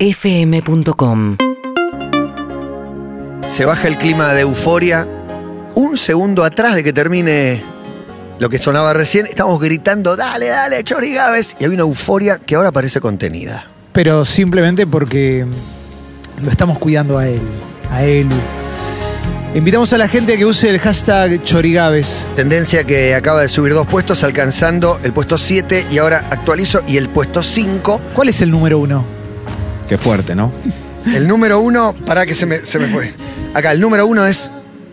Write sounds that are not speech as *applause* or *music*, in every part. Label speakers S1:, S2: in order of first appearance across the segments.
S1: urbanaplayfm.com
S2: Se baja el clima de euforia. Un segundo atrás de que termine lo que sonaba recién, estamos gritando, dale, dale, Chori Gávez. Y hay una euforia que ahora parece contenida.
S3: Pero simplemente porque lo estamos cuidando a él, a Elu. Invitamos a la gente a que use el hashtag Chorigaves.
S2: Tendencia que acaba de subir dos puestos, alcanzando el puesto 7 y ahora actualizo y el puesto 5.
S3: ¿Cuál es el número uno?
S4: Qué fuerte, ¿no?
S2: El número 1, pará que se me, se me fue. Acá, el número 1 es,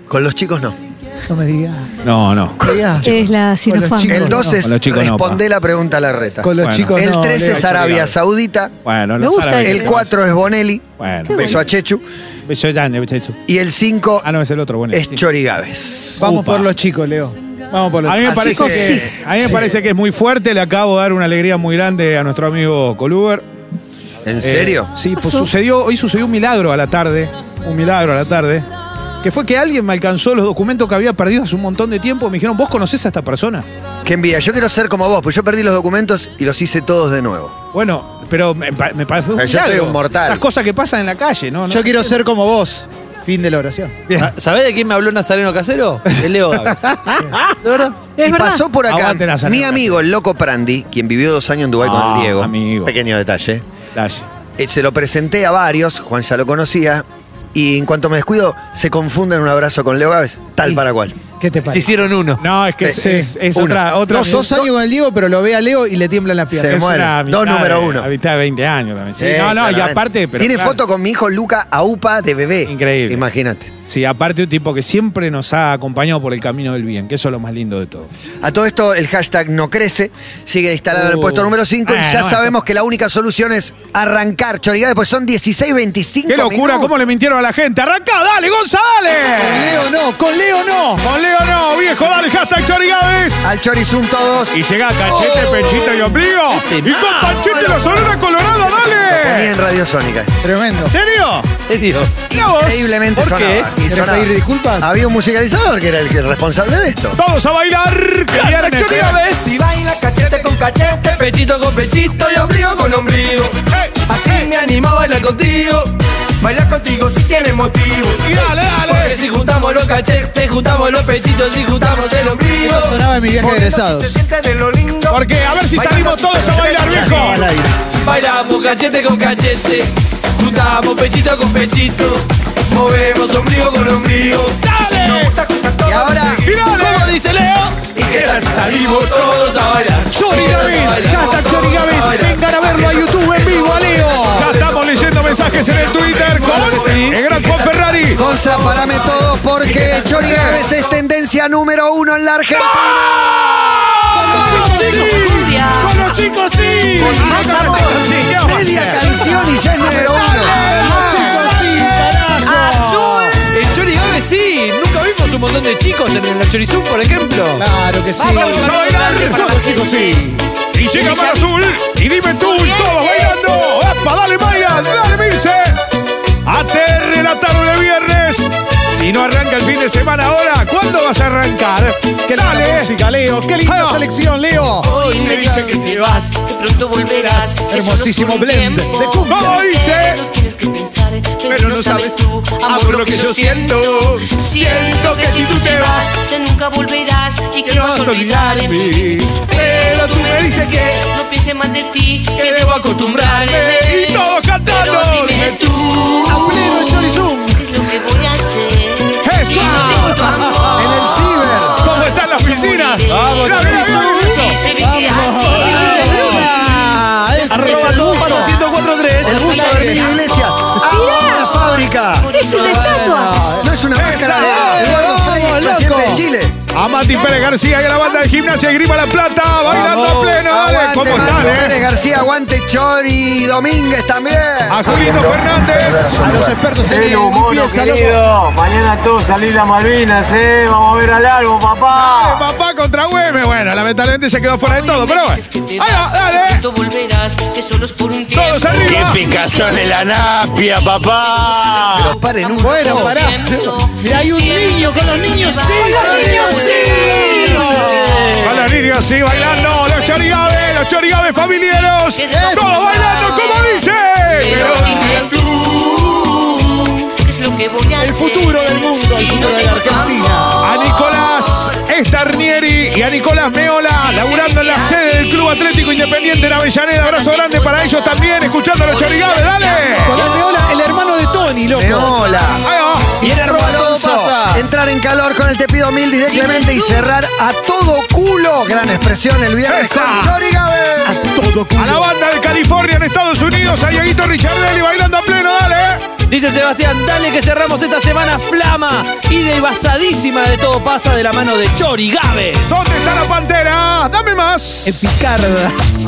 S2: con los chicos no.
S3: No me digas.
S4: No, no.
S5: Es la Sinopharm.
S3: chicos,
S2: El 2
S3: no.
S2: es,
S4: Con los chicos no,
S2: respondé la pregunta a la reta.
S3: Con los
S4: Bueno.
S3: chicos
S2: el
S3: no,
S2: 3
S3: Leo.
S2: es Arabia
S4: Chori
S2: Saudita.
S4: Bueno,
S5: Me
S4: los
S5: gusta
S4: árabes.
S5: ese.
S2: El 4 es Bonelli.
S4: Bueno,
S2: Beso a Chechu.
S4: beso ya, beso.
S2: Y el 5
S4: Ah, no, es el otro, bueno.
S2: es
S4: sí.
S2: Chori Gávez.
S3: Vamos
S4: Upa.
S3: por los chicos, Leo. Vamos por los
S4: A mí me,
S2: Así
S4: parece
S2: que-
S4: que, a mí me
S2: sí.
S4: parece que es muy fuerte, le acabo de dar una alegría muy grande a nuestro amigo Coluber.
S2: ¿En
S4: Eh,
S2: serio?
S4: sí, pues
S5: Pasó.
S4: sucedió, hoy sucedió un milagro a la tarde, un milagro a la tarde, que fue que alguien me alcanzó los documentos que había perdido hace un montón de tiempo, me dijeron, ¿vos conocés a esta persona?
S2: Qué envidia. Yo quiero ser como vos, pues yo perdí los documentos y los hice todos de nuevo.
S4: Bueno, pero me, pa- me parece un
S2: Pero yo soy
S4: milagro.
S2: un mortal.
S4: Esas cosas que pasan en la calle, ¿no? No
S3: Yo
S4: sé.
S3: quiero ser como vos. Fin de la oración.
S4: Bien.
S6: Ah, ¿Sabés de quién me habló Nazareno Casero? De Leo *laughs* Gávez. ¿De verdad?
S5: Es
S2: y
S5: verdad.
S2: pasó por acá
S4: Aguante, Nazareno,
S2: mi amigo, el loco Prandi, quien vivió dos años en Dubái
S4: Ah,
S2: con el Diego.
S4: amigo.
S2: Pequeño detalle.
S4: Dash.
S2: Eh, se lo presenté a varios, Juan ya lo conocía. Y en cuanto me descuido, se confunden un abrazo con Leo Gávez, tal para cual.
S3: ¿Qué te
S6: Se
S3: parece?
S6: hicieron uno.
S4: No, es que es,
S2: Sí.
S4: es- es
S2: Uno.
S4: otra... otra
S3: No, dos años con el Diego, pero lo ve a Leo y le tiemblan las
S2: Se
S3: piernas.
S4: es una
S2: muere.
S4: amistad
S2: Dos número
S4: de-
S2: uno.
S4: Amistad de 20 años también. Sí,
S2: Eh,
S4: no, no, y
S2: claramente.
S4: aparte... Pero
S2: Tiene
S4: claro.
S2: foto con mi hijo Luca Aupa de bebé.
S4: Increíble.
S2: Imagínate.
S4: Sí, aparte un tipo que siempre nos ha acompañado por el camino del bien, que eso es lo más lindo de todo.
S2: A todo esto, el hashtag no crece, sigue instalado en el
S4: Uh.
S2: puesto número 5
S4: Ah,
S2: y ya
S4: no,
S2: sabemos
S4: esto-
S2: que la única solución es arrancar, chorigades, pues son 16, 25
S4: ¡Qué locura!
S2: minutos.
S4: ¿Cómo le mintieron a la gente? ¡Arranca! ¡Dale,
S3: Con
S4: González!
S3: Leo no, con Leo no.
S4: ¡Con Leo no, viejo! ¡Dale hashtag Chori Gávez!
S2: Al Chorizum todos.
S4: Y llega cachete,
S2: Oh.
S4: pechito y ombligo.
S2: Este
S4: Y con panchete la sonora colorada,
S2: Ponía
S4: dale.
S2: en Radio Sónica.
S3: Tremendo.
S4: ¿En serio?
S6: ¿En serio?
S4: Mirá vos.
S2: Increíblemente
S4: ¿Por qué?
S2: sonaba. Y
S3: ¿Querés
S2: sonaba.
S3: pedir disculpas?
S2: Había un musicalizador que era el que- responsable de esto.
S4: Todos a bailar. ¡Qué
S6: Hashtag
S4: viernes!
S6: Chori
S4: eh.
S6: Gávez. Si baila cachete con cachete, pechito con pechito y ombligo con ombligo.
S4: Eh,
S6: Así me animo a bailar contigo. Bailar contigo si tienes motivo.
S4: Y dale,
S6: Porque
S4: dale.
S6: si juntamos los cachetes, juntamos los pechitos y juntamos el ombligo.
S3: Eso sonaba en mi viaje de egresados.
S4: Porque a ver si salimos todos a bailar, viejo.
S6: Bailamos cachete con cachete, juntamos pechito con pechito, movemos ombligo con ombligo.
S4: ¡Dale!
S2: Y ahora,
S4: ¡Y
S6: Como
S4: dale!
S6: dice Leo, ¿y qué tal si salimos todos a bailar?
S4: Chori Gávez, hashtag Chori Gávez, vengan a verlo a YouTube en vivo, a Leo. Ya estamos leyendo mensajes en el Twitter con el gran Juan Ferrari.
S2: Gonza, parame todo porque Chori Gávez es tendencia número uno en la Argentina.
S4: ¡Con los chicos sí! ¡Con los chicos sí!
S2: Media canción y ya es número uno.
S3: Los chicos sí, carajo.
S6: El Chori Gávez sí, nunca vimos un montón de chicos en el Chorizum, por ejemplo.
S3: Claro que sí.
S4: ¡Vamos a bailar con los chicos sí! Y llega Mar Azul y dime tú, y todos bailando. ¡Epa, dale Maya! ¡Dale Mirce! Aterre la tarde de viernes. Si no arranca el fin de semana ahora, ¿cuándo vas a arrancar?
S3: Qué linda
S4: ¡Dale! Ah.
S3: música, Leo. Qué linda
S4: Ahí va.
S3: selección, Leo.
S7: Hoy me dicen que te vas, que pronto volverás.
S3: Hermosísimo
S7: Es solo por un
S3: blend
S7: tiempo.
S3: de cumbia.
S4: ¿Cómo dice?
S7: No tienes que pensar,
S4: Pero no sabes tú, amor, lo que yo siento. Siento que si tú te vas,
S7: que nunca volverás y que no vas a olvidar en mi vida.
S4: Pero tú me dices que
S7: No piense más de ti, que
S4: debo
S7: debo acostumbrarme.
S4: acostumbrarme. Y todos cantando.
S7: Pero dime tú,
S4: a pleno el Chorizum.
S7: ¿qué es lo que voy a hacer?
S4: ¡Eso!
S7: Si no tengo tu amor.
S2: En el ciber.
S4: ¿Cómo están las piscinas? Ah,
S7: Vamos,
S4: Mirá, mirá, mirá, mirá eso.
S7: Se ve que aquí-
S3: Ah, es
S6: Arroba
S3: el
S6: todo
S3: gusto.
S6: para 1043.
S2: El gusto de Emilio Iglesias. ¡Ah, la fábrica!
S5: Es una estatua.
S2: No es una máscara
S4: ¡Esa!
S2: de Eduardo Freyes,
S3: ¡Vamos,
S2: presidente
S3: loco!
S2: de Chile.
S4: A Mati Pérez García y a la banda de gimnasia y Grima La Plata bailando a pleno. Dale,
S2: Aguante,
S4: ¿cómo
S2: Marco
S4: están,
S2: Pérez
S4: eh?
S2: García, aguante Chori Domínguez también.
S4: A Julito Fernández.
S3: A los expertos en
S8: Elu, mono
S3: limpieza, loco.
S8: querido, mañana todos salís las Malvinas, eh. Vamos a ver al largo,
S2: Ah.
S8: papá.
S4: Papá contra Güemes. Bueno, lamentablemente se quedó fuera de todo, pero bueno. Ahí va, dale.
S7: Pronto volverás, que solo es por un tiempo.
S4: Todos arriba.
S8: picazón en la napia, papá!
S2: Pero paren un
S3: Bueno,
S2: poco.
S3: pará. Mira, hay un niño con los niños sí.
S7: los niños sí.
S4: Con los niños sí bailando. Los chorigaves, los chorigaves familiares. Todos bailando como dice. a Nicolás Meola, laburando en la sede del Club Atlético Independiente en Avellaneda. Abrazo grande para ellos también, escuchando a los chorigabes, dale.
S3: Nicolás Meola, el hermano de Tony, loco.
S2: Meola.
S4: Ahí va.
S9: Y el hermano pasa.
S2: Entrar en calor con el tepido Mildis de Clemente y cerrar a todo culo. Gran expresión el viernes
S4: Esa.
S2: con Chori Gávez.
S3: Todo culo.
S4: A la banda de California en Estados Unidos, a Dieguito Richardelli bailando a pleno, dale.
S9: Dice Sebastián, dale que cerramos esta semana flama y de basadísima de todo pasa de la mano de Chori Gávez.
S4: ¿Dónde está la pantera? Dame
S9: En
S4: más.
S9: picarda.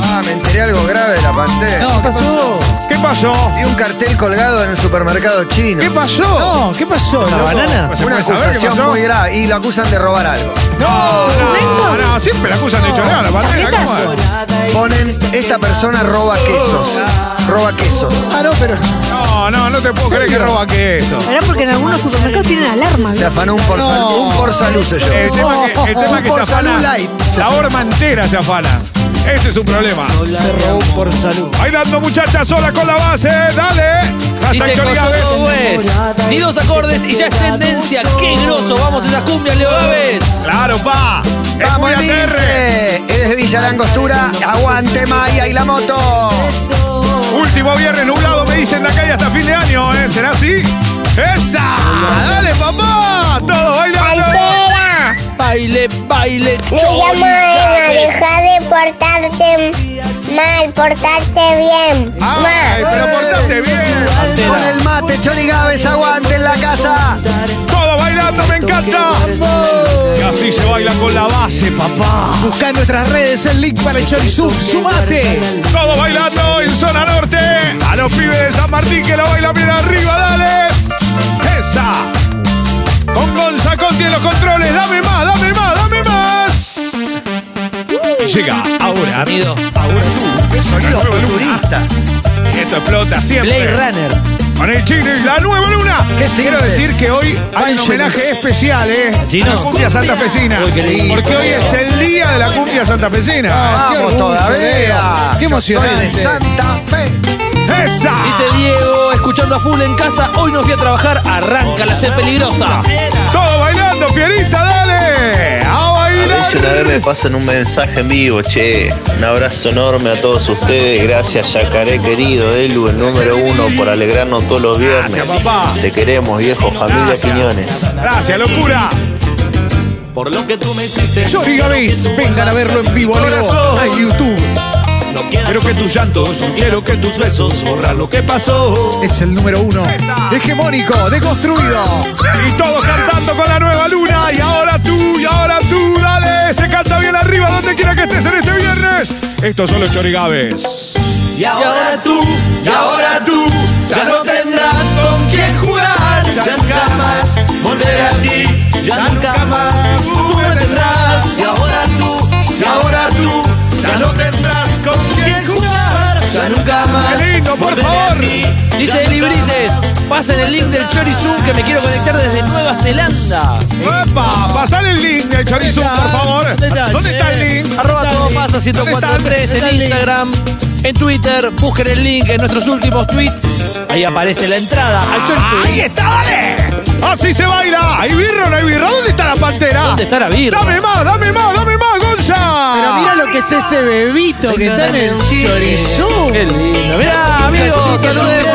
S2: Ah, me enteré algo grave de la pantera.
S3: No, ¿qué pasó?
S4: ¿Qué pasó?
S2: Vi un cartel colgado en el supermercado chino.
S4: ¿Qué pasó?
S3: No, ¿qué pasó?
S9: ¿La
S3: loco?
S9: banana?
S4: ¿Se
S2: Una
S4: puede saber qué
S2: acusación
S4: pasó?
S2: muy grave. Y lo acusan de robar algo.
S4: No, Ah, no, siempre la acusan de chorar a la pantera. ¿cómo es?
S2: Ponen, esta persona roba quesos. Roba quesos.
S3: Ah, no, pero.
S4: No, no, no te puedo creer que roba queso.
S5: Ahora porque en algunos supermercados tienen alarma.
S2: Se
S5: ¿viste?
S2: afanó un porsaluz.
S3: No.
S2: Un porsaluz se llevó.
S4: El tema que, el tema
S2: Un
S4: que se
S2: porsalud
S4: afana,
S2: light.
S4: la horma entera se afana. Ese es un problema.
S3: Se robó por salud.
S4: Bailando muchachas sola con la base, dale. Hashtag
S9: Dice
S4: Chori Gávez.
S9: Cososo Wes. Ni dos acordes y ya es tendencia. ¡Qué grosso! Vamos a esas cumbias, Leo Gávez.
S4: Claro, pa. Es
S2: Vamos,
S4: muy aterre.
S2: Emilce. Es de Villa Langostura. Aguante, Maya y la moto.
S4: Último viernes nublado, me dicen la calle hasta fin de año, ¿eh? ¿Será así? ¡Esa! ¡Dale, papá! ¡Todos bailando!
S7: Espera,
S9: Baile, baile,
S7: me
S9: Chori
S7: llamo Ana,
S9: Gávez.
S7: deja de portarte mal, portarte bien.
S4: ¡Ay,
S7: Ma.
S4: pero
S2: Eh,
S4: portate bien!
S2: Con el mate, Chori Gávez, aguante en la casa.
S4: ¡Todos bailando, me encanta! Y así se baila con la base, papá.
S3: Buscá en nuestras redes el link para el Chorizum. ¡Sumate!
S4: Todos bailando en zona norte. A los pibes de San Martín que la bailan bien arriba, dale. ¡Esa! Con Gonza Conti en los controles. ¡Dame más, dame más, dame más! Llega ahora.
S9: Sonido.
S2: Sonido
S4: La nueva luna.
S2: futurista.
S4: Esto explota
S9: Blade
S4: siempre.
S9: Runner.
S4: Con el chino y la nueva luna.
S2: ¿Qué
S4: Quiero
S2: sientes?
S4: decir que hoy hay un
S3: Bailen.
S4: homenaje especial, ¿eh?
S9: Chino.
S4: A la cumbia santafesina.
S9: Uy, qué lindo.
S4: Porque hoy es el día de la cumbia santafesina.
S3: qué
S2: Vamos
S3: orgullo,
S2: todavía.
S3: Leo. Qué
S2: Yo
S3: emocionante.
S2: Soy de Santa Fe.
S4: ¡Esa!
S9: Dice Diego, escuchando a full en casa, hoy no fui a trabajar, arranca la sed peligrosa.
S4: Todo bailando, Fierita, dale. A
S10: A veces una
S4: bailar.
S10: vez me pasan un mensaje en vivo, che, un abrazo enorme a todos ustedes, gracias Yacaré querido, Elu, el número uno, por alegrarnos todos los viernes.
S4: Gracias, papá.
S10: Te queremos, viejo, familia
S4: Gracias.
S10: Quiñones.
S4: Gracias, locura.
S9: Por lo que tú me hiciste,
S3: Chori Gávez, vengan a verlo en vivo, Leo,
S4: Corazón.
S3: a YouTube.
S9: no quiero que tus llantos, no quiero que tus besos borran lo que pasó.
S3: Es el número uno.
S4: Esa.
S3: Hegemónico, deconstruido.
S4: Y todos cantando con la nueva luna. Y ahora tú, y ahora tú, dale. Se canta bien arriba, donde quiera que estés en este viernes. Estos son los chorigaves.
S9: Y ahora tú, y ahora tú, ya no tendrás con quién jugar, ya nunca más volveré a ti, ya nunca más tú me tendrás. Y ahora tú, y ahora tú, ya no tendrás con quién jugar, ya nunca más.
S4: ¡Qué lindo, por
S9: volveré a
S4: favor!
S9: ti. Dice Librites, pasen el link del Chorizum que me quiero conectar desde Nueva Zelanda.
S4: ¡Epa! Pasale el link de Chorizum,
S3: está?
S4: por favor.
S3: ¿Dónde está?
S4: ¿Dónde está
S3: Che.
S4: el link?
S9: Arroba
S3: Dale.
S9: todo pasa 1043
S3: Dale.
S9: en Instagram, en Twitter, busquen el link en nuestros últimos tweets. Ahí aparece la entrada al Chorizum.
S4: ¡Ahí está, dale! ¡Así se baila! ¿Hay birra o no hay birra? ¿Dónde está la pantera?
S9: ¿Dónde está la birra?
S4: ¡Dame más, dame más, dame más, Gonza!
S3: Pero mira Ah, lo que es ese bebito que está en el Chorizum.
S9: Qué lindo. Mirá, amigos, saluden.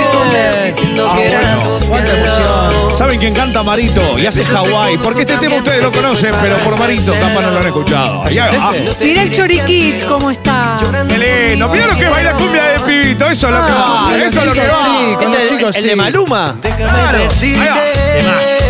S3: Ah, bueno, cuánta emoción.
S4: ¿Saben quién canta Marito? Y hace Hawái. Porque este tema ustedes lo conocen, pero por Marito capaz no lo han escuchado. Allá va. Ah,
S5: Mirá el Chori Kids cómo está.
S4: Qué lindo. Mirá lo que baila cumbia de pibito. Eso es lo que va.
S3: Con los
S4: Eso es lo que
S3: chicos, sí,
S4: va.
S3: con los
S9: Este,
S3: chicos,
S9: el
S3: sí.
S9: de Maluma.
S4: Claro. Ahí va.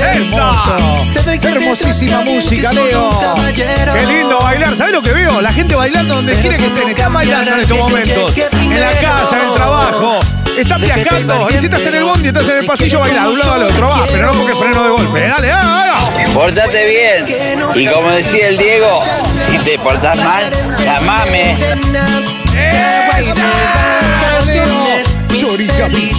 S4: ¡Esa!
S3: Hermoso. Qué hermosísima música, Leo.
S4: Qué lindo bailar. ¿Sabes lo que veo? La gente bailando donde quiere que estén. Están bailando en estos momentos. En la casa, en el trabajo. Están viajando. Y si estás en el bondi, estás en el pasillo, bailá de un lado al otro. Va, pero no porque freno de golpe. Dale, dale, dale.
S11: Portate bien. Y como decía el Diego, si te portás mal, llamame.
S3: Leo. Chori Gávez.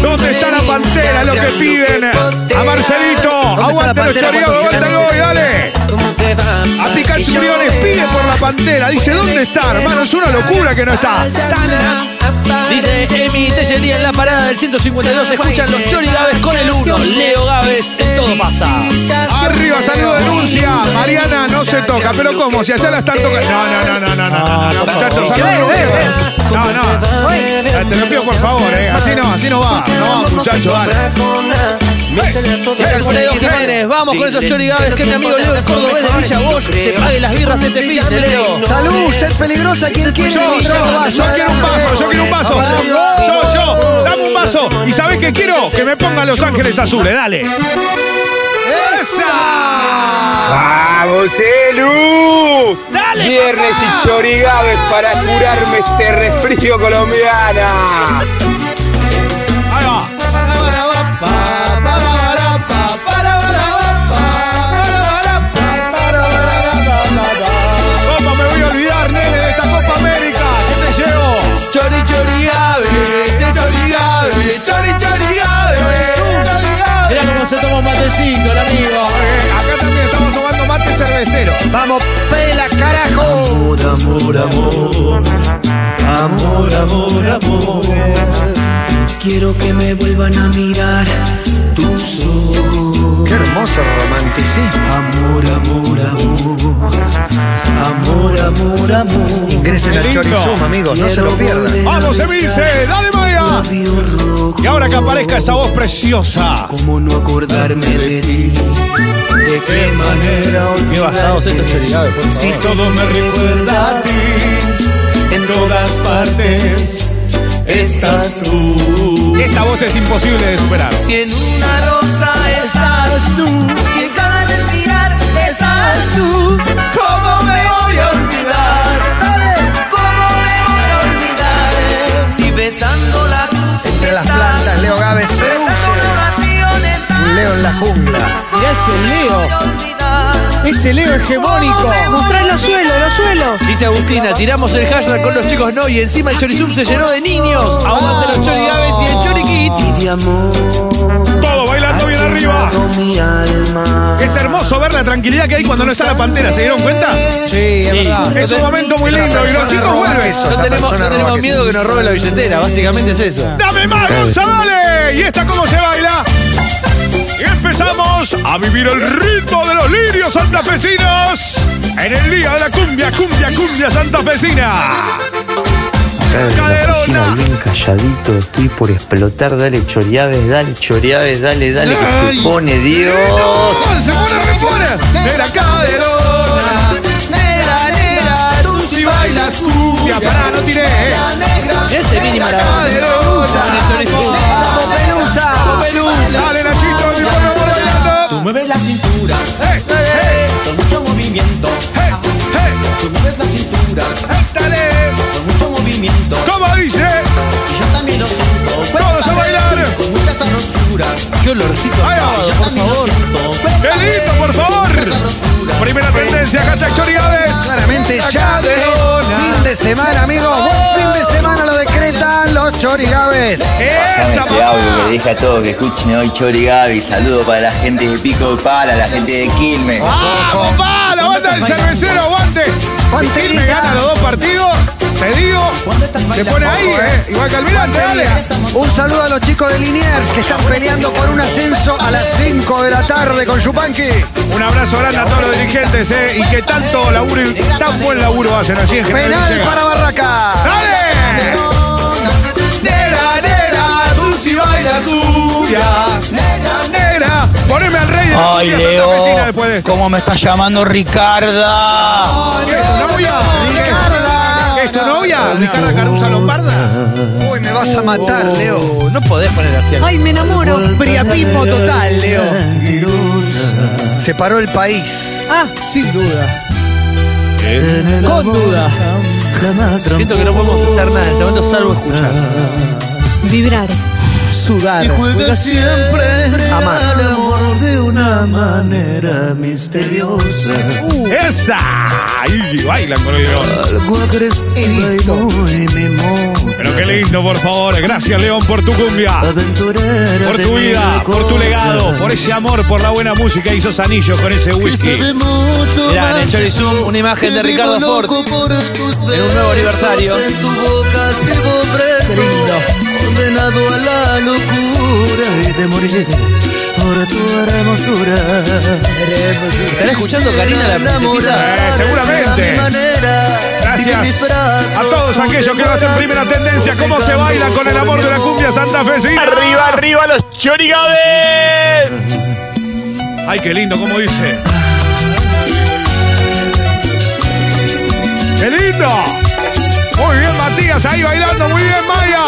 S4: ¿Dónde está la pantera? Lo que piden. A Marcelito. Aguante los
S2: pantera
S4: choreados,
S2: cuando llegan?
S4: aguántalo hoy, dale. A Pikachu Briones pide por la pantera. Dice, ¿dónde está, hermano? Es una locura que no está.
S9: Dice Emi, te Caballería en la parada del 152. Se escuchan los Chori Gávez con el 1. Leo Gávez, en todo pasa.
S4: Arriba, saludo denuncia. Mariana no se toca, pero ¿cómo? Si allá la están tocando. No, no, no, no, no, no, no, no, no, muchachos, saludo denuncia. No, no. Eh, Te lo pido por favor, eh. Así no, así no va. No, muchachos, dale.
S9: Con Leo Jiménez, vamos con esos Chori Gávez que mi amigo Leo el Cordobés de Villa Bosch se pague las birras este fin de Leo.
S2: Salud, sed peligrosa, quien quiere.
S4: Yo, yo, yo quiero un vaso, yo quiero un vaso. Yo, yo, dame un vaso. ¿Y sabés qué quiero? Que me pongan Los Ángeles Azules, dale. ¡Esa!
S10: ¡Vamos, Celu!
S4: ¡Dale,
S10: Viernes
S4: papá!
S10: y chorigaves para curarme este resfrío colombiana.
S4: Ahí va. ¿Cómo me voy a olvidar, nene, de esta Copa América? ¿Qué te llevo?
S9: Chori Chori Gávez, este Chori Gávez, Chori Chori Gávez. Mirá cómo se toma un matecito, el amigo.
S4: Porque acá también estamos tomando mate cervecero.
S2: Vamos, pela, carajo.
S9: Amor, amor, amor. Amor, amor, amor. Quiero que me vuelvan a mirar tus ojos.
S2: Qué hermoso romanticismo.
S9: Amor, amor, amor. Amor, amor, amor.
S2: Ingresen al
S4: Lindo.
S2: Chorizum, amigos, no se lo pierdan.
S4: ¡Vamos, Emilce! ¡Dale, María! Y ahora que aparezca esa voz preciosa.
S9: ¿Cómo no acordarme de ti? ¿De qué manera olvidarte? Si todo me recuerda a ti, en todas partes estás tú.
S4: Esta voz es imposible de superar.
S9: Si en una rosa estás tú, si en cada respirar estás tú, ¿cómo me voy a olvidar? ¿Cómo me voy a olvidar? Si besándola
S2: Entre las plantas, Leo Gávez seduce. Un Leo en la jungla.
S3: Mirá ese Leo. Ese Leo hegemónico.
S5: Mostrar los suelos, los suelos.
S9: Dice Agustina, tiramos el hashtag con los chicos no y encima el Chorizum se llenó de niños. Aguante los Chori Gaves y el Chori Kids.
S4: Todo bailando bien arriba. Es hermoso ver la tranquilidad que hay cuando no está la pantera. ¿Se dieron cuenta?
S3: Sí, es
S9: Ah.
S3: verdad.
S4: Es un momento muy lindo y los chicos vuelven.
S2: eso,
S9: No
S2: esa
S9: tenemos,
S2: persona
S9: no tenemos
S2: roba que
S9: miedo que nos roben la billetera, básicamente es eso.
S4: ¡Dame más, Gonza, dale! ¿Y esta cómo se baila? Y empezamos a vivir el ritmo de los lirios santafesinos en el día de la cumbia, cumbia, cumbia santafesina. Caderona.
S12: bien calladito, estoy por explotar. Dale, choriaves, dale, choriaves, dale, dale, que se pone, Dios.
S4: ¡Se pone, repone! De la caderona.
S9: Nera, nera, tú si bailas
S4: Ya,
S9: cumbia.
S4: pará, no tiré. eh.
S9: Ese mini maravilla. El Chorizum.
S2: Pelusa.
S4: Dale, Nachito, mi bueno,
S9: Tú
S4: bailando.
S9: mueves la cintura
S4: ¡Eh, eh,
S9: con mucho movimiento.
S4: eh, eh!
S9: Tú mueves la cintura
S4: eh, ¡Dale!
S9: con mucho movimiento.
S4: ¿Cómo dice?
S9: Y yo también lo siento.
S4: ¡Vamos a bailar!
S9: Con mucha sabrosura. Qué olorcito.
S4: Ahí va.
S9: Y yo también lo siento.
S4: ¡Delito, por favor! Primera tendencia, hashtag Chori Gávez.
S2: Claramente ya de fin de semana, amigos. Buen fin de semana lo decretan los chorigaves.
S4: ¡Esa,
S10: Dame este
S4: papá!
S10: audio que le dije a todos que escuchen hoy Chori Gaby. Saludo para la gente de Pico y Pala, la gente de Quilmes.
S13: Ah,
S4: ¡Vamos, va! La banda del cervecero, aguante. Si
S2: Panterita.
S4: Quilmes gana los dos partidos, te digo, se pone ahí, ¿eh? Igual que Almirante, dale.
S2: Un saludo a los chicos de Liniers que están peleando por un ascenso a las 5 de la tarde con Chupanqui.
S4: Un abrazo grande a todos los dirigentes, ¿eh? Y que tanto laburo y tan buen laburo hacen allí en General
S2: Penal
S4: Villegas.
S2: para Barraca.
S4: ¡Dale!
S9: Nera, nera, tú si bailas cumbia.
S4: Negra, negra. Poneme al rey de la
S13: Ay,
S4: cumbia santafesina después de
S13: Leo,
S4: esto.
S13: ¿cómo me está llamando Ricarda?
S4: ¿Qué es tu novia? ¿Qué es tu novia? ¿Ricarda Carusa Lombarda?
S2: Uy, me vas a matar, Leo.
S9: No podés poner así.
S5: Ay, me enamoro.
S3: Priapismo total, Leo.
S2: Se paró el país.
S5: Ah,
S3: Sin duda. Con duda.
S9: Siento que no podemos hacer nada en este momento salvo escuchar.
S5: vibrar.
S3: Sudar.
S2: Amar.
S4: ¡Esa! Y bailan con el león.
S3: Edito.
S4: Pero qué lindo, por favor. Gracias, León, por tu cumbia. Por tu vida, por tu legado, por ese amor, por la buena música y esos anillos con ese whisky.
S9: Mirá, en el Chorizum, una imagen de Ricardo Ford en un nuevo aniversario.
S3: Qué lindo.
S9: de morir por tu hermosura.
S6: ¿Están escuchando Karina la princesita?
S4: Eh, seguramente. Gracias a todos aquellos que lo hacen primera tendencia. ¿Cómo se baila con el amor de la cumbia Santa Fe?
S14: Arriba, arriba los chorigabes.
S4: Ay, qué lindo, como dice. ¡Qué lindo! Muy bien, Matías, ahí bailando, muy bien, Maya.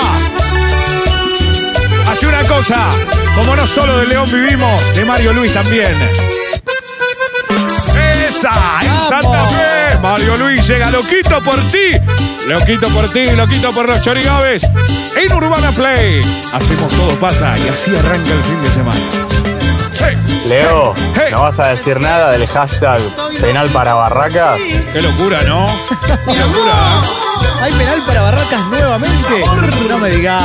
S4: Hace una cosa, como no solo de León vivimos, de Mario Luis también. ¡Esa! ¡En Santa Fe! Mario Luis llega loquito por ti. Loquito por ti, loquito por los chorigabes. En Urbana Play. Hacemos todo pasa y así arranca el fin de semana.
S15: Leo, ¿no vas a decir nada del hashtag penal para barracas?
S4: Qué locura, ¿no? Qué locura.
S3: ¿Hay penal para Barracas nuevamente? No me digas.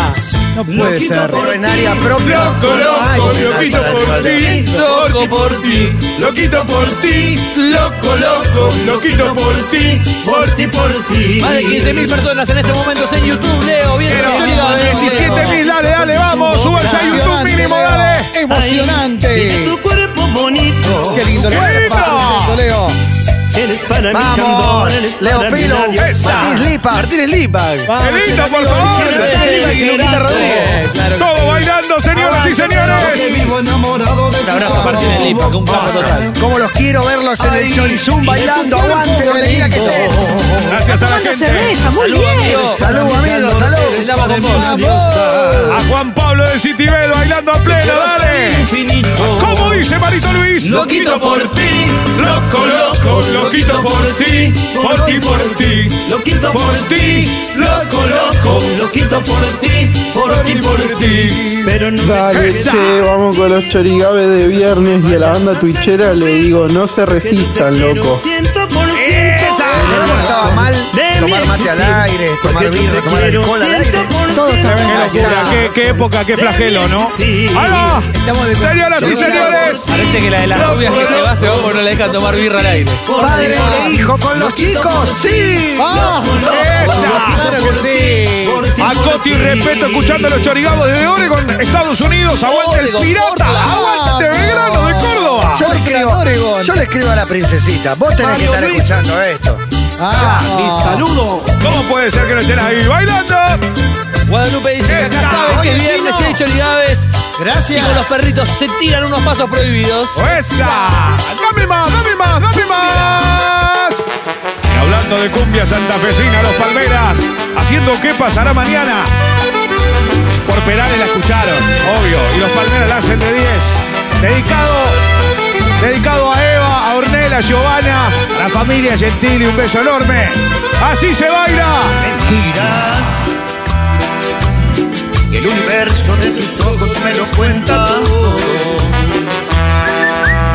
S3: No puede ser.
S2: en área propia.
S6: Loco, loco,
S2: Ay,
S6: loquito
S2: para
S6: por ti,
S2: el
S6: loco por ti, loquito por ti, loco, loco, loquito por ti, por ti, por ti.
S9: Más de 15.000 personas en este momento en YouTube, Leo. Bien,
S4: Pero,
S9: Chorigabes.
S4: 17.000, dale, dale, vamos. Súbanse a YouTube mínimo, dale.
S3: Emocionante.
S7: Tu cuerpo bonito.
S3: Qué lindo.
S4: ¡Qué lindo!
S3: Leo.
S7: Él es para mi candor,
S2: Vamos,
S7: él es
S2: Leo
S7: para mi
S2: Pilo,
S7: radio.
S4: Esa.
S2: Martín Lipa,
S9: Martínez Lipa.
S4: ¡Qué lindo, por favor! Todo bailando, señoras y señores.
S6: Un abrazo a Martínez Lipa, que un capo total.
S2: cómo los quiero verlos en el Chorizum bailando, aguante donde quiera que estén.
S4: Gracias a la
S5: Tomando
S4: gente.
S5: cerveza, muy bien.
S2: Salud, amigos, salud.
S4: A Juan Pablo de Citibel bailando a pleno, dale. ¿Cómo dice Marito Luis?
S6: Loquito por ti, loco, loco, loquito por ti, por ti, por ti, loquito por ti, loco, loco, loquito por ti, por ti, por ti.
S7: Pero no
S16: Dale, che, Eh, vamos con los chorigabes de viernes y a la banda twitchera le digo, no se resistan, loco.
S7: siento por
S2: No estaba mal tomar mate al aire, tomar birra, tomar alcohol al aire.
S7: Todo está
S4: Qué
S7: bien.
S4: locura, qué, qué época, qué flagelo, ¿no? ¡Ahí va! Señoras y señores.
S6: Parece que la de las rubias que se va se va porque no le dejan tomar birra al aire.
S2: Padre e hijo con los chicos, sí.
S3: ¡Ah!
S4: ¡Esa!
S3: ¡Claro que sí!
S4: A Coti respeto escuchando a los chorigabos de Oregon, Estados Unidos. ¡Aguante el
S6: Oregon,
S4: pirata!
S6: Portland.
S4: ¡Aguante Belgrano de Córdoba!
S2: Yo le, escribo,
S3: Oregon.
S2: yo le escribo a la princesita. Vos tenés que estar escuchando esto.
S3: Ah,
S6: Saludo.
S4: ¿Cómo puede ser que no estén ahí bailando?
S9: Guadalupe dice que acá
S4: Esa,
S9: sabes que
S4: oye,
S9: es viernes
S4: chino.
S9: y hay chorigabes. Y
S3: gracias.
S9: con los perritos se tiran unos pasos prohibidos.
S4: ¡Esa! ¡Dame más, dame más, dame más! Y hablando de cumbia santafesina, los Palmeras, haciendo qué pasará mañana. Por Perales la escucharon, obvio. Y los Palmeras la hacen de 10. Dedicado, dedicado a Eva, a Ornella, a Giovanna, a la familia Gentili, un beso enorme. ¡Así se baila!
S7: Mentiras. Y el universo de tus ojos me lo cuenta todo.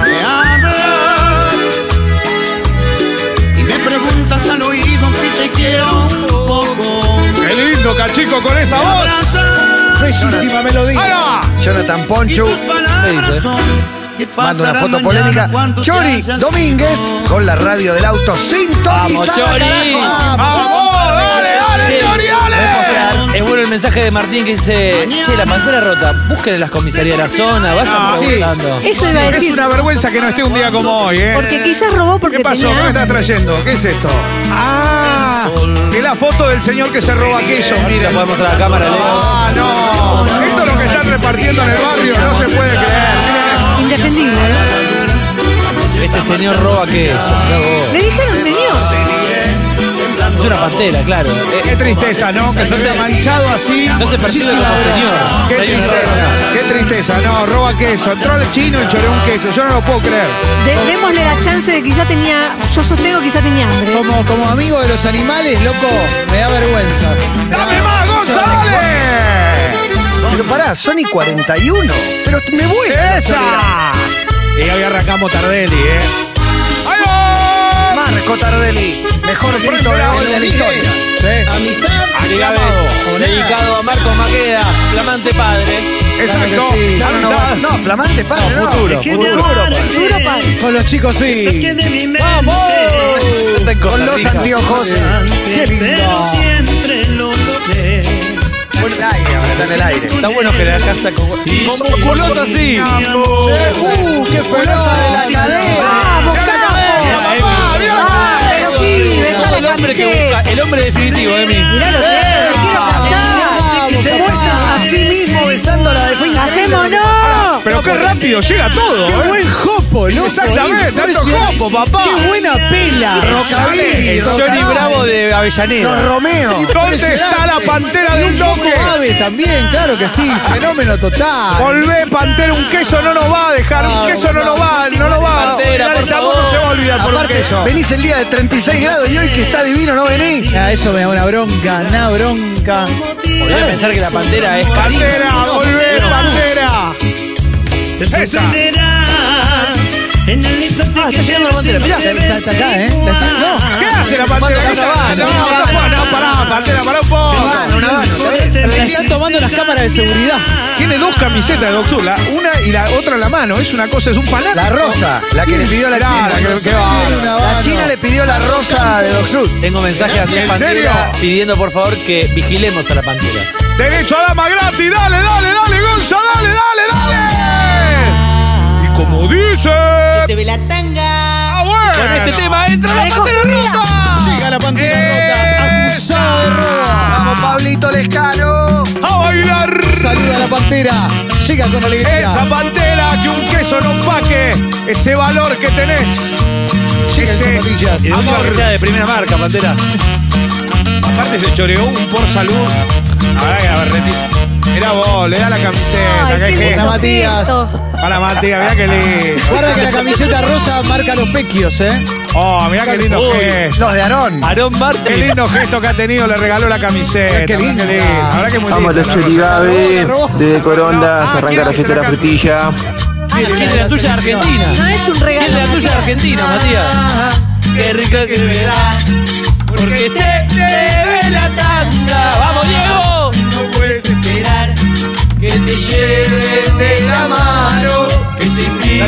S7: Me hablas y me preguntas al oído si te quiero un poco.
S4: ¡Qué lindo, cachico, con esa
S7: Me
S4: voz!
S7: abrazas
S3: Bellísima melodía.
S4: ¡Ahora!
S2: Jonathan
S7: y
S2: Ponchu
S7: tus palabras son que
S2: manda una
S7: pasarán
S2: foto
S7: mañana
S2: polémica.
S7: cuando te
S2: Chori
S7: hayas
S2: Domínguez con la radio del auto
S9: Vamos,
S2: sintonizada.
S9: Chori.
S2: carajo.
S4: ¡Vamos! ¡Dale, dale,
S9: Sí.
S4: Chori, dale!
S9: Es bueno el mensaje de Martín que dice, che, la pantera rota, busquen en las comisarías de la zona, vayan
S4: Ah, sí.
S9: preguntando.
S5: Eso iba a
S4: Es
S5: decir.
S4: una vergüenza que no esté un día como hoy, ¿eh?
S5: Porque quizás robó porque
S4: ¿Qué pasó? ¿Qué
S5: tenía
S4: me estás
S5: hambre.
S4: trayendo? ¿Qué es esto? ¡Ah! Es la foto del señor que se roba queso,
S9: Mira,
S4: miren.
S9: podemos mostrar la cámara, Leo.
S4: ¡Ah, no! Esto es lo que están repartiendo en el barrio, no se puede creer. Miren.
S5: Indefendible. ¿eh?
S9: Este señor roba que eso.
S5: Le dijeron, señor.
S9: Es una pastela, claro. Eh,
S4: Qué tristeza, ¿no? Que se haya manchado así.
S9: No se percibe
S4: Muchísima
S9: como
S4: vergüenza.
S9: señor.
S4: Qué
S9: Hay un error
S4: tristeza,
S9: acá.
S4: qué tristeza. No, roba queso. Entró el chino y choreó un queso. Yo no lo puedo creer.
S5: De- démosle la chance de que quizá tenía. Yo sostengo que quizá tenía hambre.
S3: Como, como amigo de los animales, loco, me da vergüenza.
S4: ¡Dame más, González!
S2: Pero pará, Sony 41. Pero me voy.
S4: ¡Esa! Y hoy arrancamos Tardelli, ¿eh? ¡Ahí va!
S2: Marco Tardelli, mejor grito de la gol de la historia.
S9: Amistad.
S4: Amigabes,
S9: Dedicado a Marcos Maqueda, flamante padre.
S4: Esa
S2: Claro que sí. No, no, no, flamante padre, no.
S9: futuro.
S7: Que me amarte,
S5: Duro padre.
S3: Con los chicos sí.
S7: que de mi mente,
S9: Está en Costa
S2: Con los
S9: Rica.
S2: anteojos. Qué
S7: Pero
S2: lindo.
S7: siempre lo logré.
S2: Bueno, el aire, ahora está en el aire.
S9: Está bueno que la casa con, con culota así.
S3: ¡Uh, qué furiosa de la cadena!
S5: ¡Vamos, capo! ¡Ah, pero sí! ¡Besá
S9: Todo el
S5: la
S9: hombre que busca,
S5: camiseta!
S9: el hombre definitivo, Emi.
S5: Mirá lo que es, quiero pasar.
S2: Se muestra a sí mismo besándola de fin.
S5: ¡Hacémonos!
S4: Pero qué rápido llega todo.
S3: ¡Qué
S4: ¿eh?
S3: buen jopo, loco!
S4: Exactamente, tanto
S3: Impresionante.
S4: jopo, papá.
S3: ¡Qué buena pela!
S2: Rockabilly,
S9: El Johnny
S2: rockabilly.
S9: Bravo de Avellaneda.
S2: Don Romeo.
S4: ¿Dónde está la pantera de un toque?
S3: Ave también, claro que sí. Fenómeno total.
S4: Volvé, Pantera, un queso no nos va a dejar, un queso no nos va, no nos va.
S9: Pantera, por
S4: Esta voz
S9: favor.
S4: no se va a olvidar por un
S2: Aparte,
S4: queso.
S2: venís el día de 36 grados y hoy que está divino no venís.
S3: Ya, eso me da una bronca, una bronca.
S9: Podría pensar que la pantera es cariño.
S4: Pantera, volvé, Pantera. Esa.
S9: Ah, está llegando la pantera. Mirá.
S3: Está, está- está acá, ¿eh? La está- no.
S4: ¿Qué hace la Pantera?
S9: Manda una
S4: No,
S9: bala.
S4: no, no, pará, Pantera, pará un poco.
S3: Le están tomando las cámaras de seguridad.
S4: Tiene dos camisetas de Doxula, una y la otra en la mano. Es una cosa, es un fanático.
S2: La rosa, la que le pidió la
S4: Mirá,
S2: China.
S4: la que- qué bárbaro.
S2: La China le pidió la rosa de Doc Sud.
S9: Tengo mensaje a mi
S4: ¿En
S9: pantera
S4: serio?
S9: pidiendo por favor que vigilemos a la pantera.
S4: Derecho a dama gratis, dale, dale, dale, Gonza, dale, dale, dale. Y como dice.
S7: Te ve la tanga.
S4: ¡Ah, bueno!
S9: Con este tema entra la pantera
S5: Reconstruida.
S9: rota.
S3: Llega la pantera rota,
S4: Esa.
S3: acusado de robo.
S2: Vamos, Pablito Lescano.
S4: ¡A bailar!
S3: Saluda a la pantera. Llega con alegría.
S4: Esa pantera que un queso no paque ese valor que tenés.
S3: Llega en
S4: Ese
S3: zapatillas.
S9: Y de última
S4: amor.
S9: que sea de primera marca, pantera.
S4: Aparte se choreó un por salud. Ay, a ver, Retis. Mirá vos, le da la camiseta,
S5: Ay,
S4: qué
S5: qué
S4: gesto.
S5: lindo
S3: Matías.
S5: gesto.
S4: Para Matías, mirá qué lindo.
S3: Guarda que la camiseta rosa marca los pequios, ¿eh?
S4: Oh, mirá qué lindo
S9: Uy.
S4: gesto.
S2: Los de Aarón.
S9: Aarón Martín.
S4: Qué lindo gesto que ha tenido, le regaló la camiseta.
S3: Qué linda.
S4: La verdad que muy
S10: Vamos
S4: lindo.
S10: los
S3: La
S10: chorigaves,
S3: robó, la robó.
S10: desde Coronda
S4: Ah,
S10: se
S4: ¿quién
S10: arranca la
S4: hace
S10: fiesta
S4: la
S10: de la
S4: can-
S10: frutilla.
S9: ¿Quién es la tuya Argentina?
S5: No es un regalo.
S9: ¿Quién es la tuya
S5: Matías.
S9: Argentina, Matías? Qué rica que me da. Porque se te ve la tanga. ¡Vamos, Diego!
S4: No puede ser.
S9: Que te lleven de la mano. Que te inviten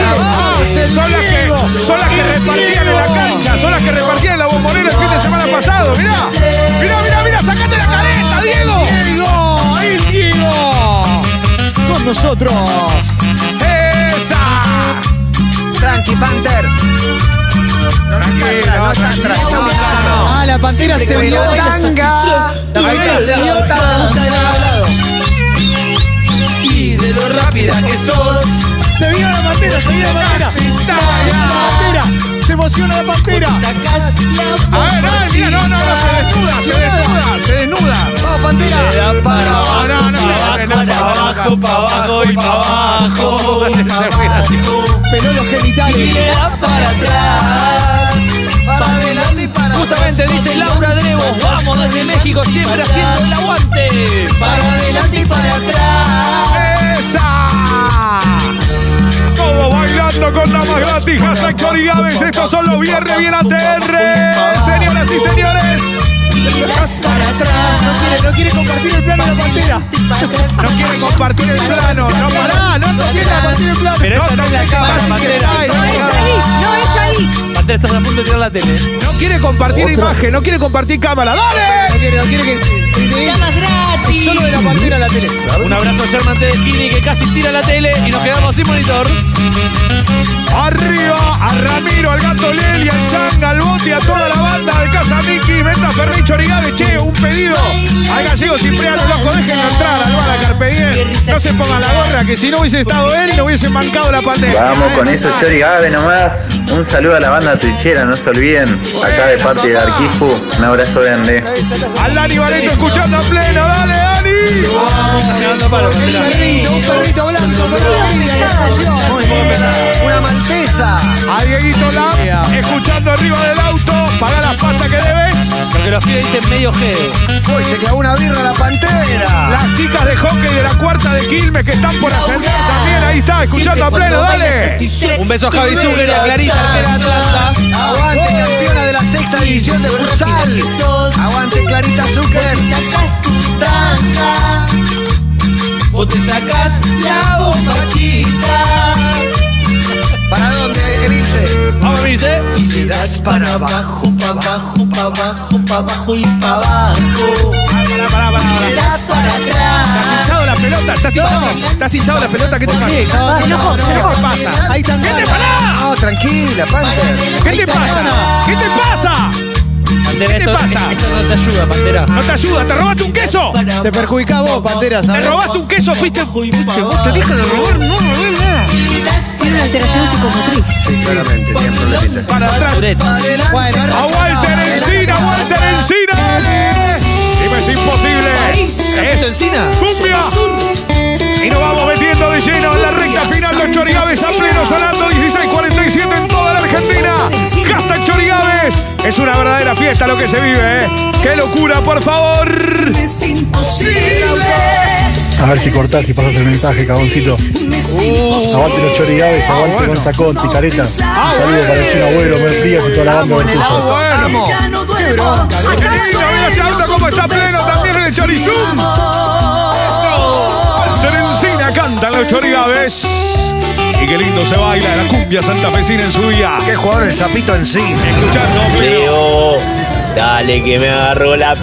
S9: a
S2: Ah,
S4: Son las que, son las que repartían en la cancha, son las que repartían en la bombonera el fin de semana pasado. Mirá, mirá, mirá, mirá, sacate la cabeza, Diego.
S3: ¡Diego! ¡El Diego! Con nosotros.
S4: Esa.
S2: Tranqui Panther. No, no,
S4: Tranquila,
S2: no, no,
S4: tranquila.
S2: no, no, no.
S3: Ah, la pantera se vio.
S2: Tanga.
S3: Ahí está, se vio tanga del otro lado.
S9: Y de lo rápida que sos.
S3: Se vio la pantera, se vio la pantera. Se vio la pantera. Se emociona la pantera.
S4: A ver, a ver, mirá, no, no, no, se desnuda, se desnuda, se desnuda.
S2: Vamos, Pantera.
S9: Da para
S4: No, no, no,
S9: abajo,
S4: no, no,
S9: para abajo, para abajo y para abajo.
S3: Peló los genitales.
S9: Y le da para atrás.
S2: Para adelante y para
S9: Justamente dice Laura Drevos, vamos desde México siempre haciendo el aguante.
S2: Para adelante y para atrás.
S4: ¡Esa! Todo bailando con damas gratis, hashtag Chori Gávez. Estos son los viernes bien ATR. Señoras y señores,
S3: No quiere, no quiere compartir el plano de la pantera.
S4: no quieren compartir el plano. No pará, no te quieren compartir el plano.
S9: Pero
S4: no
S9: esa no es la
S4: toquen
S9: cámara,
S4: más
S9: Pantera.
S4: imagen. Ay,
S5: No es ahí, no es ahí.
S9: Pantera, estás a punto de tirar la tele.
S4: No quiere compartir imagen, no quiere compartir cámara. ¡Dale!
S3: No quiere, no quiere que.
S7: Damas gratis.
S3: Solo de la pantera a la tele.
S9: Un abrazo a Germán Tedeschini que casi tira la tele y nos quedamos sin monitor.
S4: Arriba a Ramiro, al gato Leli, al Changa, al Boti, a toda la banda de Casa Miki, Meta Ferri Chorigabe, che, un pedido al gallego Cipriano, loco, déjenlo entrar, al bala Carpe Diem. No se pongan la gorra, que si no hubiese estado él, no hubiese mancado la pandemia.
S10: Vamos
S4: ¿eh?
S10: con eso, Chori Gabe nomás. Un saludo a la banda Twitchera, no se olviden. Acá de parte de Arquifu, un abrazo grande.
S4: Al Dani Valeto escuchando a pleno, dale Dani.
S9: Cagando palo,
S3: Un
S9: Pantera.
S3: perrito, un perrito blanco con una vida de pasión.
S2: Muy bien, Pantera. Una maltesa.
S4: A Dieguito Lam, escuchando arriba del auto, paga las pastas que debes.
S9: Lo que los pibes dicen medio G.
S2: Uy, se clavó una birra a la Pantera.
S4: Las chicas de hockey de la cuarta de Quilmes que están por ascender también, ahí está, escuchando a pleno, dale.
S9: Un beso a Javi Zucker y a Clarisa, arquera de Atlanta.
S2: Aguante, campeona de la sexta división de futsal. Aguante, Clarita Zucker.
S9: Vos te sacás la
S2: ¿Para dónde, Emilce?
S9: Vamos, Mirce.
S2: Y te das para abajo, para abajo, para abajo, para abajo y para abajo.
S4: Pará, pará, pará, pará.
S2: das para
S17: estás hinchado, estás hinchado la pelota, ¿qué te pasa? ¿Qué te pasa?
S3: Ahí tan
S17: ¿Qué te pasa?
S2: No, tranquila, Panther.
S4: ¿Qué te pasa? ¿Qué te pasa?
S9: Pantera,
S4: ¿Qué te
S9: esto,
S4: pasa?
S9: esto no te ayuda, Pantera.
S4: No te ayuda, te robaste un queso.
S3: Te perjudicás vos, Pantera,
S4: Te
S3: ¿sabes?
S4: robaste un queso, fuiste. Che, vos te dejan de robar, no robé nada.
S5: Tiene una alteración psicomotriz.
S2: Sí, claramente, tienen problemitas.
S4: Para atrás.
S3: Bueno, ahora-
S4: Aguanta el encina, aguanta el encina, dale. Dime es imposible. Es
S9: encina.
S4: Cumbia. Y nos vamos metiendo de lleno en la recta final. Los Chorigaves a pleno sonando 16.47 en toda la Argentina. Hashtag Chorigaves. Es una verdadera fiesta lo que se vive, ¿eh? ¡Qué locura, por favor!
S9: Es imposible.
S18: A ver si cortás y pasás el mensaje, caboncito. Aguante los chorigaves,
S3: Ah,
S18: aguante
S4: bueno.
S18: Gonza Conti, careta.
S4: Ah,
S18: Saludos para el chino abuelo, buenos días y toda la banda de escucha.
S4: Ah, bueno.
S9: Ya no duermo.
S4: ¡Qué lindo! Mira ese auto cómo está pleno también en el Chorizum. Terencina cantan los Chorigaves. Y qué lindo se baila la cumbia santafesina en su día.
S2: Qué jugador el sapito en sí.
S4: Escuchando, pleno.
S6: Leo, dale que me agarró la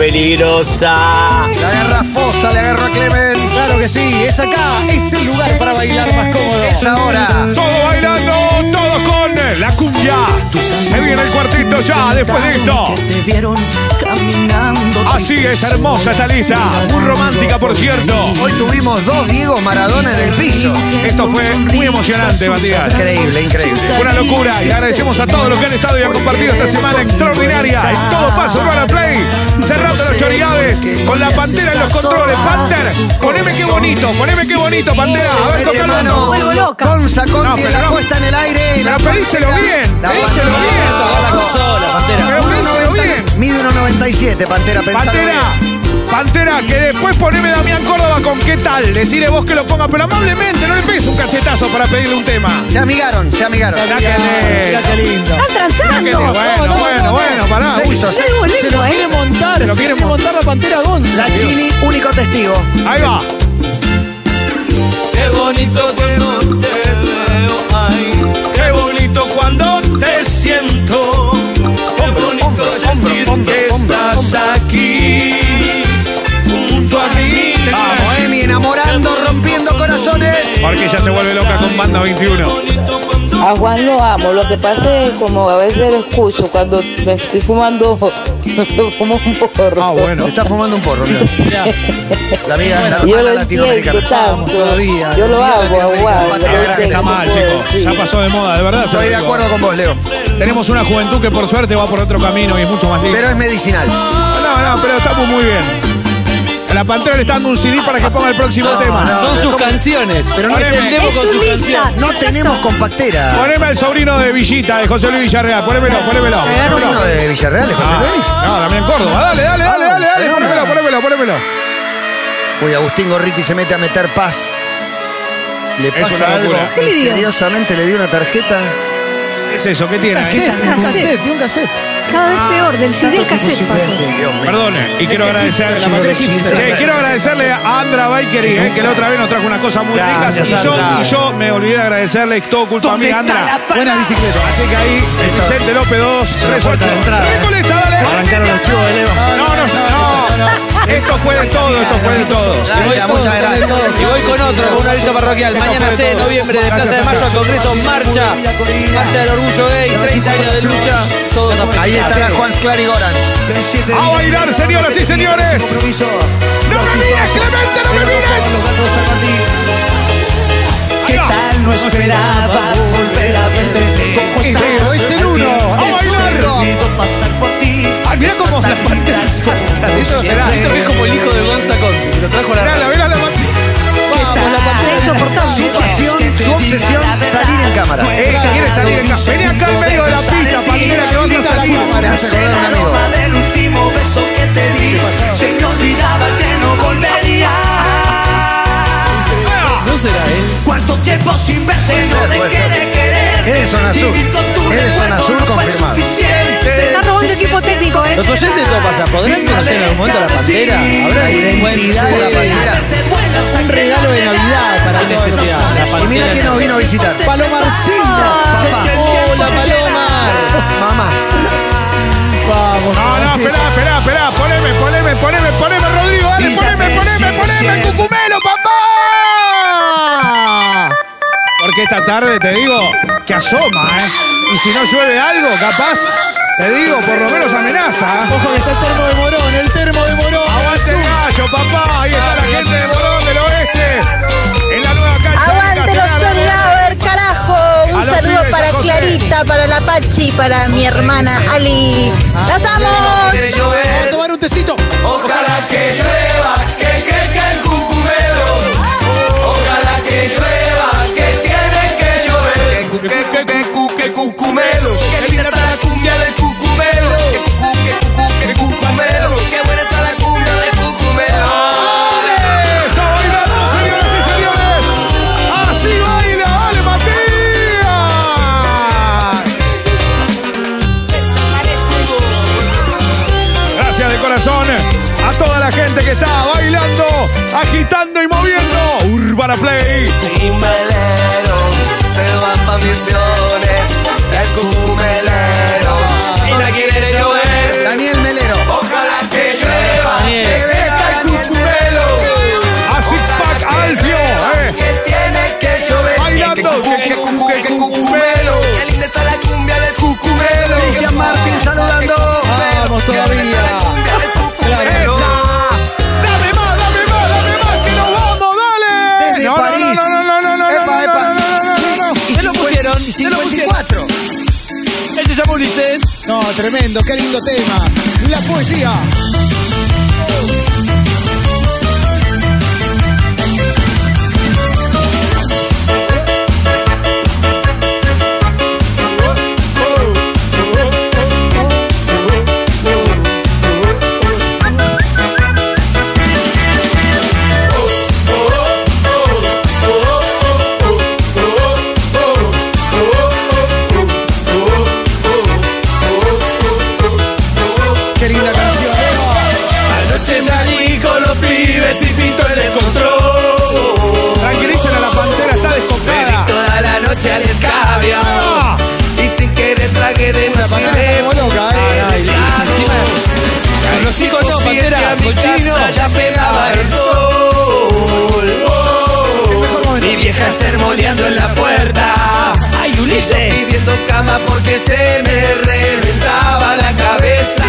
S6: peligrosa.
S2: Le agarra a Fosa, le agarra a Clemen.
S3: Claro que sí, es acá, es el lugar para bailar más cómodo.
S2: Es ahora.
S4: Todo bailando, todo con la cumbia. Se viene el cuartito ya después de esto.
S9: Te vieron caminando.
S7: Ah,
S4: Así es, hermosa esta lista. Muy romántica, por cierto.
S2: Hoy tuvimos dos Diego Maradona en el piso.
S4: Esto fue muy emocionante, Matías.
S2: Increíble, increíble.
S4: Una locura y agradecemos a todos los que han estado y han compartido esta semana extraordinaria en todo paso Urbana Play. Cerrando los chorigaves con la pantera en los controles. Panther, poneme qué bonito, poneme qué bonito, pantera. A ver,
S2: Mete mano.
S4: tocalo.
S5: Vuelvo loca.
S2: Gonza
S4: No,
S2: Conti
S4: pero
S2: en la
S4: no.
S2: puesta en el aire.
S4: Pero
S2: La
S4: pedíselo
S2: pantera.
S4: bien,
S2: La
S4: pedíselo
S2: pantera.
S4: bien.
S9: Toca la consola, Pantera.
S4: Pero pedíselo
S2: 1,90,
S4: bien.
S2: Mide 1,97, Pantera. pensalo
S4: Pantera,
S2: bien.
S4: Pantera, que después poneme Damián Córdoba con qué tal. Decirle vos que lo ponga, pero amablemente, no le pegues un cachetazo para pedirle un tema.
S2: Se amigaron, se amigaron.
S4: Mirá que
S3: Mirá qué lindo.
S5: ¡Están
S4: lindo. Mirá
S5: transando!
S4: que- Bueno, bueno, bueno, pará.
S2: Se hizo, se-
S5: Algo
S3: Se lo
S5: lindo,
S3: quiere
S5: ¿eh?
S3: montar,
S4: Se lo
S3: se
S4: quiere
S3: quiere montar la pantera Gonza.
S2: Sachini, único testigo.
S4: Ahí va.
S9: Qué bonito cuando te veo, ay, qué bonito cuando te siento, qué bonito sentir que estás aquí, junto a mí.
S2: Vamos, Emi, enamorando, rompiendo corazones.
S4: Porque ya se vuelve loca con banda 21.
S19: A Juan lo amo, lo que pasa es como a veces lo escucho cuando me estoy fumando como un porro.
S4: Ah, bueno.
S2: Se está fumando un porro, mirá. La amiga la
S19: Yo
S2: hermana
S19: lo
S2: latinoamericana.
S19: entiendo tanto.
S3: todavía.
S19: Yo lo amo, a Juan.
S2: Patria
S19: Yo
S2: grande,
S19: sé,
S4: Está
S19: no
S4: mal,
S19: puedo
S4: chicos.
S19: decir.
S4: Ya pasó de moda, de verdad. se lo
S2: Estoy de
S4: digo.
S2: acuerdo con vos, Leo.
S4: Tenemos una juventud que por suerte va por otro camino y es mucho más
S2: Pero
S4: linda.
S2: es medicinal.
S4: No, no, pero estamos muy bien. A la pantera le está dando un CD para que ponga el próximo tema.
S2: no.
S9: Son sus canciones.
S2: Pero no
S9: Es el
S2: sé.
S9: demo
S5: Es
S9: con
S5: su
S9: sus
S5: lista.
S9: canciones.
S2: No tenemos compactera.
S4: Poneme al sobrino de Villita, de José Luis Villarreal. Ponémelo, ponémelo.
S2: Sobrino de Villarreal, es José Luis.
S4: Ah, no, también Córdoba. Dale, dale, dale, dale, dale. Ponémelo, ponémelo, ponémelo.
S2: Uy, Agustín Gorriti se mete a meter paz. Le
S4: Es
S2: pasa
S4: una
S2: algo.
S4: locura.
S5: ¿Qué le dio?
S2: Misteriosamente le dio una tarjeta.
S4: ¿Qué es este. eso? ¿Qué tiene? ahí?
S3: Cassette, un cassette, un cassette.
S5: Cada vez peor,
S9: Ah,
S5: del CD al cassette, Paco.
S4: Perdone, y quiero agradecer.
S3: la materia es hipster.
S4: Che, quiero agradecerle a Andra Bakery, eh, que la otra vez nos trajo unas cosas muy ricas.
S9: Gracias,
S4: Y yo,
S9: Andra.
S4: y yo me olvidé de agradecerle, todo culpa mía, Andra.
S3: Buenas bicicletas.
S4: Así que ahí, en Vicente López 2, 38. Recoleta, dale.
S9: Arrancaron los chivos de Leo.
S4: eh. No, no, no, no. Esto fue de todo, esto fue de todo.
S2: Gracias, muchas gracias.
S9: Y voy con otro, con un aviso parroquial.
S4: Esto
S9: Mañana
S4: fue
S9: 6 de
S4: todo.
S9: noviembre, de Plaza de Mayo al Congreso, marcha. Marcha del Orgullo Gay, 30 años de lucha. Todos a
S2: Ahí
S9: festejar.
S2: estará Juan Sclar y Goran.
S4: A bailar, señoras y señores. ¡No me mires, Clemente, no me mires!
S9: ¿Qué tal? No esperaba volver a verte.
S3: Leo, es el uno.
S4: ¡A
S3: Es
S4: bailar!
S3: el rock.
S9: pasar por ti.
S4: Ay, mirá cómo la parte
S9: Esto
S2: eh.
S9: que es como el hijo de Gonza Conti, que lo trajo la
S4: Mirá, mirá la parte.
S3: Vamos, la
S5: Está
S3: pantera.
S5: insoportable.
S2: Su pasión, su obsesión, salir en cámara.
S9: Pues
S4: Eh, que quiere salir de acá. Vení acá en medio de la pista, Pantera, que vas a salir.
S2: Me hace acordar a un amigo.
S9: del último beso que te di. Se me olvidaba que no volvería.
S3: ¿No será él?
S9: ¿Cuánto tiempo sin verte
S2: Puede ser,
S9: no
S2: puede
S9: te quiere
S2: ser.
S9: querer?
S2: Es de Zona Sur.
S9: Vivir con tu
S2: Es de Zona
S9: recuerdo
S2: Sur
S9: no fue
S2: confirmado.
S9: suficiente.
S5: Está robando equipo técnico, ¿eh?
S9: Los oyentes de todo pasa, ¿podrán conocer en algún momento a la pantera?
S2: Identidad
S9: ¿Habrá
S2: de la pantera.
S3: Un regalo de Navidad para
S9: ¿Qué
S3: todos
S9: necesidad?
S3: nosotros.
S9: La
S2: Y mira quién
S9: pantera.
S2: nos vino a visitar.
S3: Palomarcino.
S9: Hola, Paloma.
S2: Mamá.
S3: Vamos.
S4: Ah, No, no, esperá, esperá, esperá. Poneme, poneme, poneme, poneme, Rodrigo. Dale, poneme, poneme, poneme. ¡Cucumelo, papá! que esta tarde te digo que asoma, ¿eh? Y si no llueve algo, capaz, te digo, por lo menos amenaza.
S17: Ojo que está el termo de Morón, el termo de Morón.
S4: Aguante el gallo, papá. Ahí está la gente de Morón del Oeste. En ¿eh? la nueva cancha.
S20: Aguante los
S4: Castelar.
S20: Chorigaber, carajo.
S4: A
S20: Un
S4: los
S20: saludo
S4: pibes, a
S20: para
S4: José.
S20: Clarita, para la Pachi, para mi hermana Ali.
S4: Ah,
S20: ¡Las amo!
S9: Quiere llover.
S17: Vamos a tomar un tecito.
S9: Ojalá que llueva, que crezca el cucumedo. Ojalá que llueva, que tiene que llover. Que cu, que, que, que, cu, que cucumelo. Que linda está la cumbia del cucumelo. Que cucu, que cucu, que cucumelo. Que buena está la cumbia del cucumelo.
S4: ¡Eso, bailando, señoras y señores! ¡Así baila, vale, Matías! Gracias de corazón a toda la gente que está bailando, agitando y moviendo Urbana Play.
S9: Timbelero se va pa' misiones. El cucumelero. Y la quiere llover.
S17: Daniel Melero.
S4: Eh,
S9: Ojalá que llueva, que crezca el cucumelo.
S4: A Six Pack Alfio, eh.
S9: Que tiene que llover.
S4: Bailando.
S9: Que, que, cucu, que, que cucumelo. Qué linda está la cumbia del cucumelo.
S17: Cristian Martín saludando. Vamos todavía.
S4: Dame más, dame más, dame más, que nos vamos, dale.
S17: Desde
S4: No, no, no,
S17: París.
S4: no, no, no, no, no,
S17: Epa,
S4: no,
S17: epa.
S4: no, no, no, no, no.
S17: Y
S9: Se lo pusieron,
S17: Y
S9: se lo pusieron.
S17: 54.
S9: Él se llama Ulises.
S17: No, tremendo, qué lindo tema. La poesía. Qué linda canción.
S9: Anoche salí con los pibes y pinto el descontrol.
S4: Tranquilícela, la pantera está descocada.
S9: Toda la noche al escabio. Y sin querer tragué de
S17: La
S9: más y
S17: pantera está
S9: me
S17: como loca, eh.
S9: puse descaro. A Los chicos no, pantera, cochino. Ya pegaba el sol. Mi vieja sermoneando en la puerta. Ay, Ulises. Pidiendo cama porque se me reventaba la cabeza.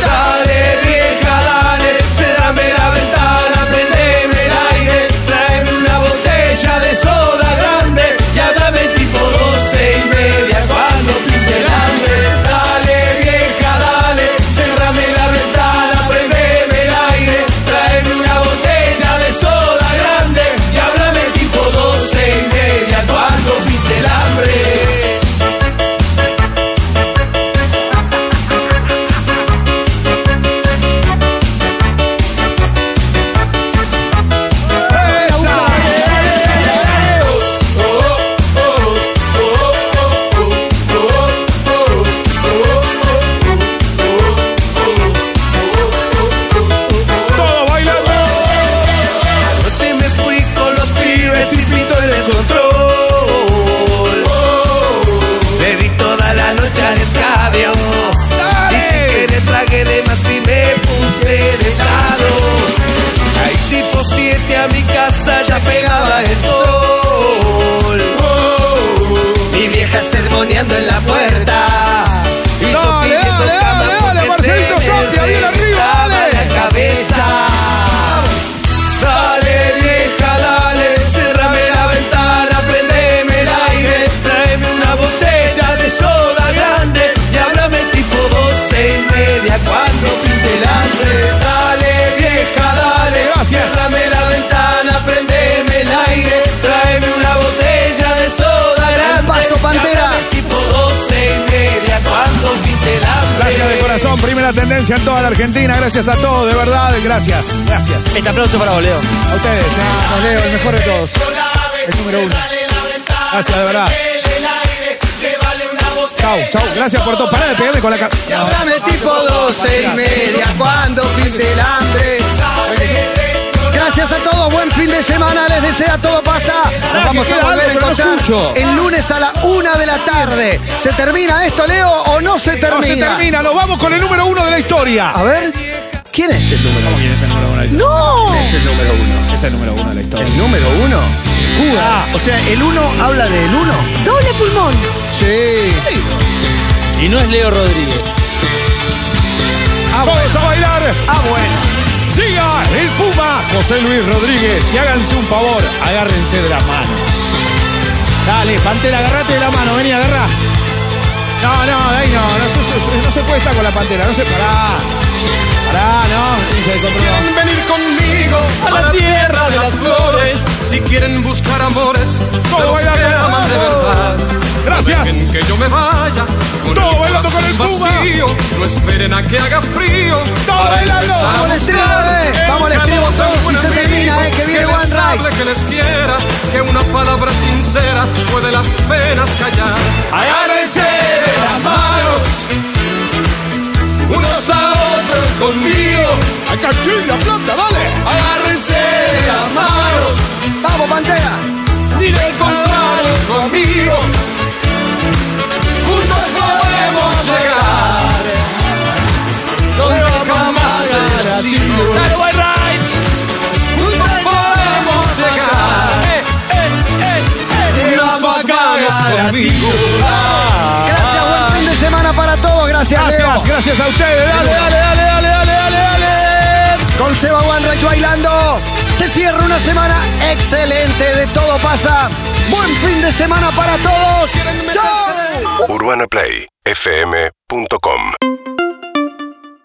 S9: Dale, vieja, dale. Cerrame la ventana, prendeme el aire. Tráeme una botella de soda grande. Y háblame tipo 12 y media cuando pinte el hambre. Dale, vieja, dale. Cerrame la ventana, prendeme el aire. Tráeme una botella de soda grande. Y háblame tipo 12 y media cuando pinte el hambre.
S4: Todo bailando.
S9: Anoche me fui con los pibes y pinto el descontrol. Bebí toda la noche al escabio. Y sin querer tragué de más y me puse de estado. Ahí tipo 7 a mi casa ya pegaba el sol. Mi vieja sermoneando en la puerta. Y yo
S4: Dale,
S9: pidiendo
S4: dale,
S9: cama
S4: dale,
S9: porque
S4: dale, Marcelito
S9: se me
S4: Sapia, bien arriba,
S9: reventaba
S4: dale.
S9: la cabeza. Dale vieja, dale, cerrame la ventana, prendeme el aire, tráeme una botella de soda grande y háblame tipo 12 y media cuando pinte el hambre. Dale vieja, dale,
S4: Gracias.
S9: cerrame la ventana, prendeme el aire, tráeme una botella de soda grande.
S17: paso,
S9: y
S17: Pantera.
S9: háblame tipo 12 y media cuando pinte el hambre.
S4: Gracias de corazón, primera tendencia en toda la Argentina. Gracias a todos, de verdad. Gracias, gracias.
S9: Este aplauso para Boleo.
S4: A ustedes.
S17: Vamos, Leo, el mejor de todos. El número uno.
S4: Gracias, de verdad. Chau, chau. Gracias por todo. Pará de pegarme con la cara.
S17: Dame tipo 12 y media cuando pinte el hambre. Gracias a todos, buen fin de semana, les desea todo pasa. Nos vamos a volver a encontrar el lunes a la una de la tarde. ¿Se termina esto, Leo, o no se termina?
S4: No se termina, nos vamos con el número uno de la historia.
S17: A ver, ¿quién es el número?
S4: ¿Cómo quién Ah, es el número uno de la historia?
S17: ¡No!
S4: Es el número uno. Es el número uno de la historia.
S17: ¿El número uno?
S21: Ah, o sea, el uno habla del uno.
S22: Doble pulmón.
S23: Sí.
S24: Y no es Leo Rodríguez.
S4: Vamos a bailar.
S21: Ah, bueno.
S4: Siga el Puma José Luis Rodríguez. Y háganse un favor, agárrense de las manos.
S2: Dale, Pantera, agarrate de la mano, vení, agarrá. No, no, de ahí no, no, se- se- no se puede estar con la Pantera, no se pará. Pará, no, se descontroló.
S9: quieren venir conmigo a la tierra de las flores, si quieren buscar amores,
S4: Todo
S9: todos
S4: bailando.
S9: que aman de verdad.
S4: Gracias.
S9: No dejen que yo me vaya. Con
S4: Todo bailando con el
S9: corazón
S4: Puma.
S9: vacío. No esperen a que haga frío.
S4: Todo
S9: para
S4: bailando.
S9: empezar a
S2: Vamos al estribo,
S9: mostrar
S2: eh. Vamos al
S9: en
S2: estribo
S9: cada
S2: todos
S9: buen
S2: y se
S9: amigo
S2: termina, eh, que viene
S9: les
S2: One Ride.
S9: hable, que les quiera, que una palabra sincera puede las penas callar. Agárrense de las manos. Unos a otros conmigo.
S4: Acá la plata, dale.
S9: Agárrense de las manos.
S2: Vamos, Pantera.
S9: Si de encontrarnos conmigo, juntos podemos llegar donde jamás ha sido. Juntos podemos llegar. Una vacada conmigo.
S2: Gracias, buen fin de semana para todos. Gracias,
S4: Gracias,
S2: Leo.
S4: gracias a ustedes. Dale, dale, dale, dale, dale, dale, dale.
S2: Con Seba One Right bailando. Se cierra una semana excelente. De todo pasa. Buen fin de semana para todos. ¡Chao!
S25: UrbanaPlayFM.com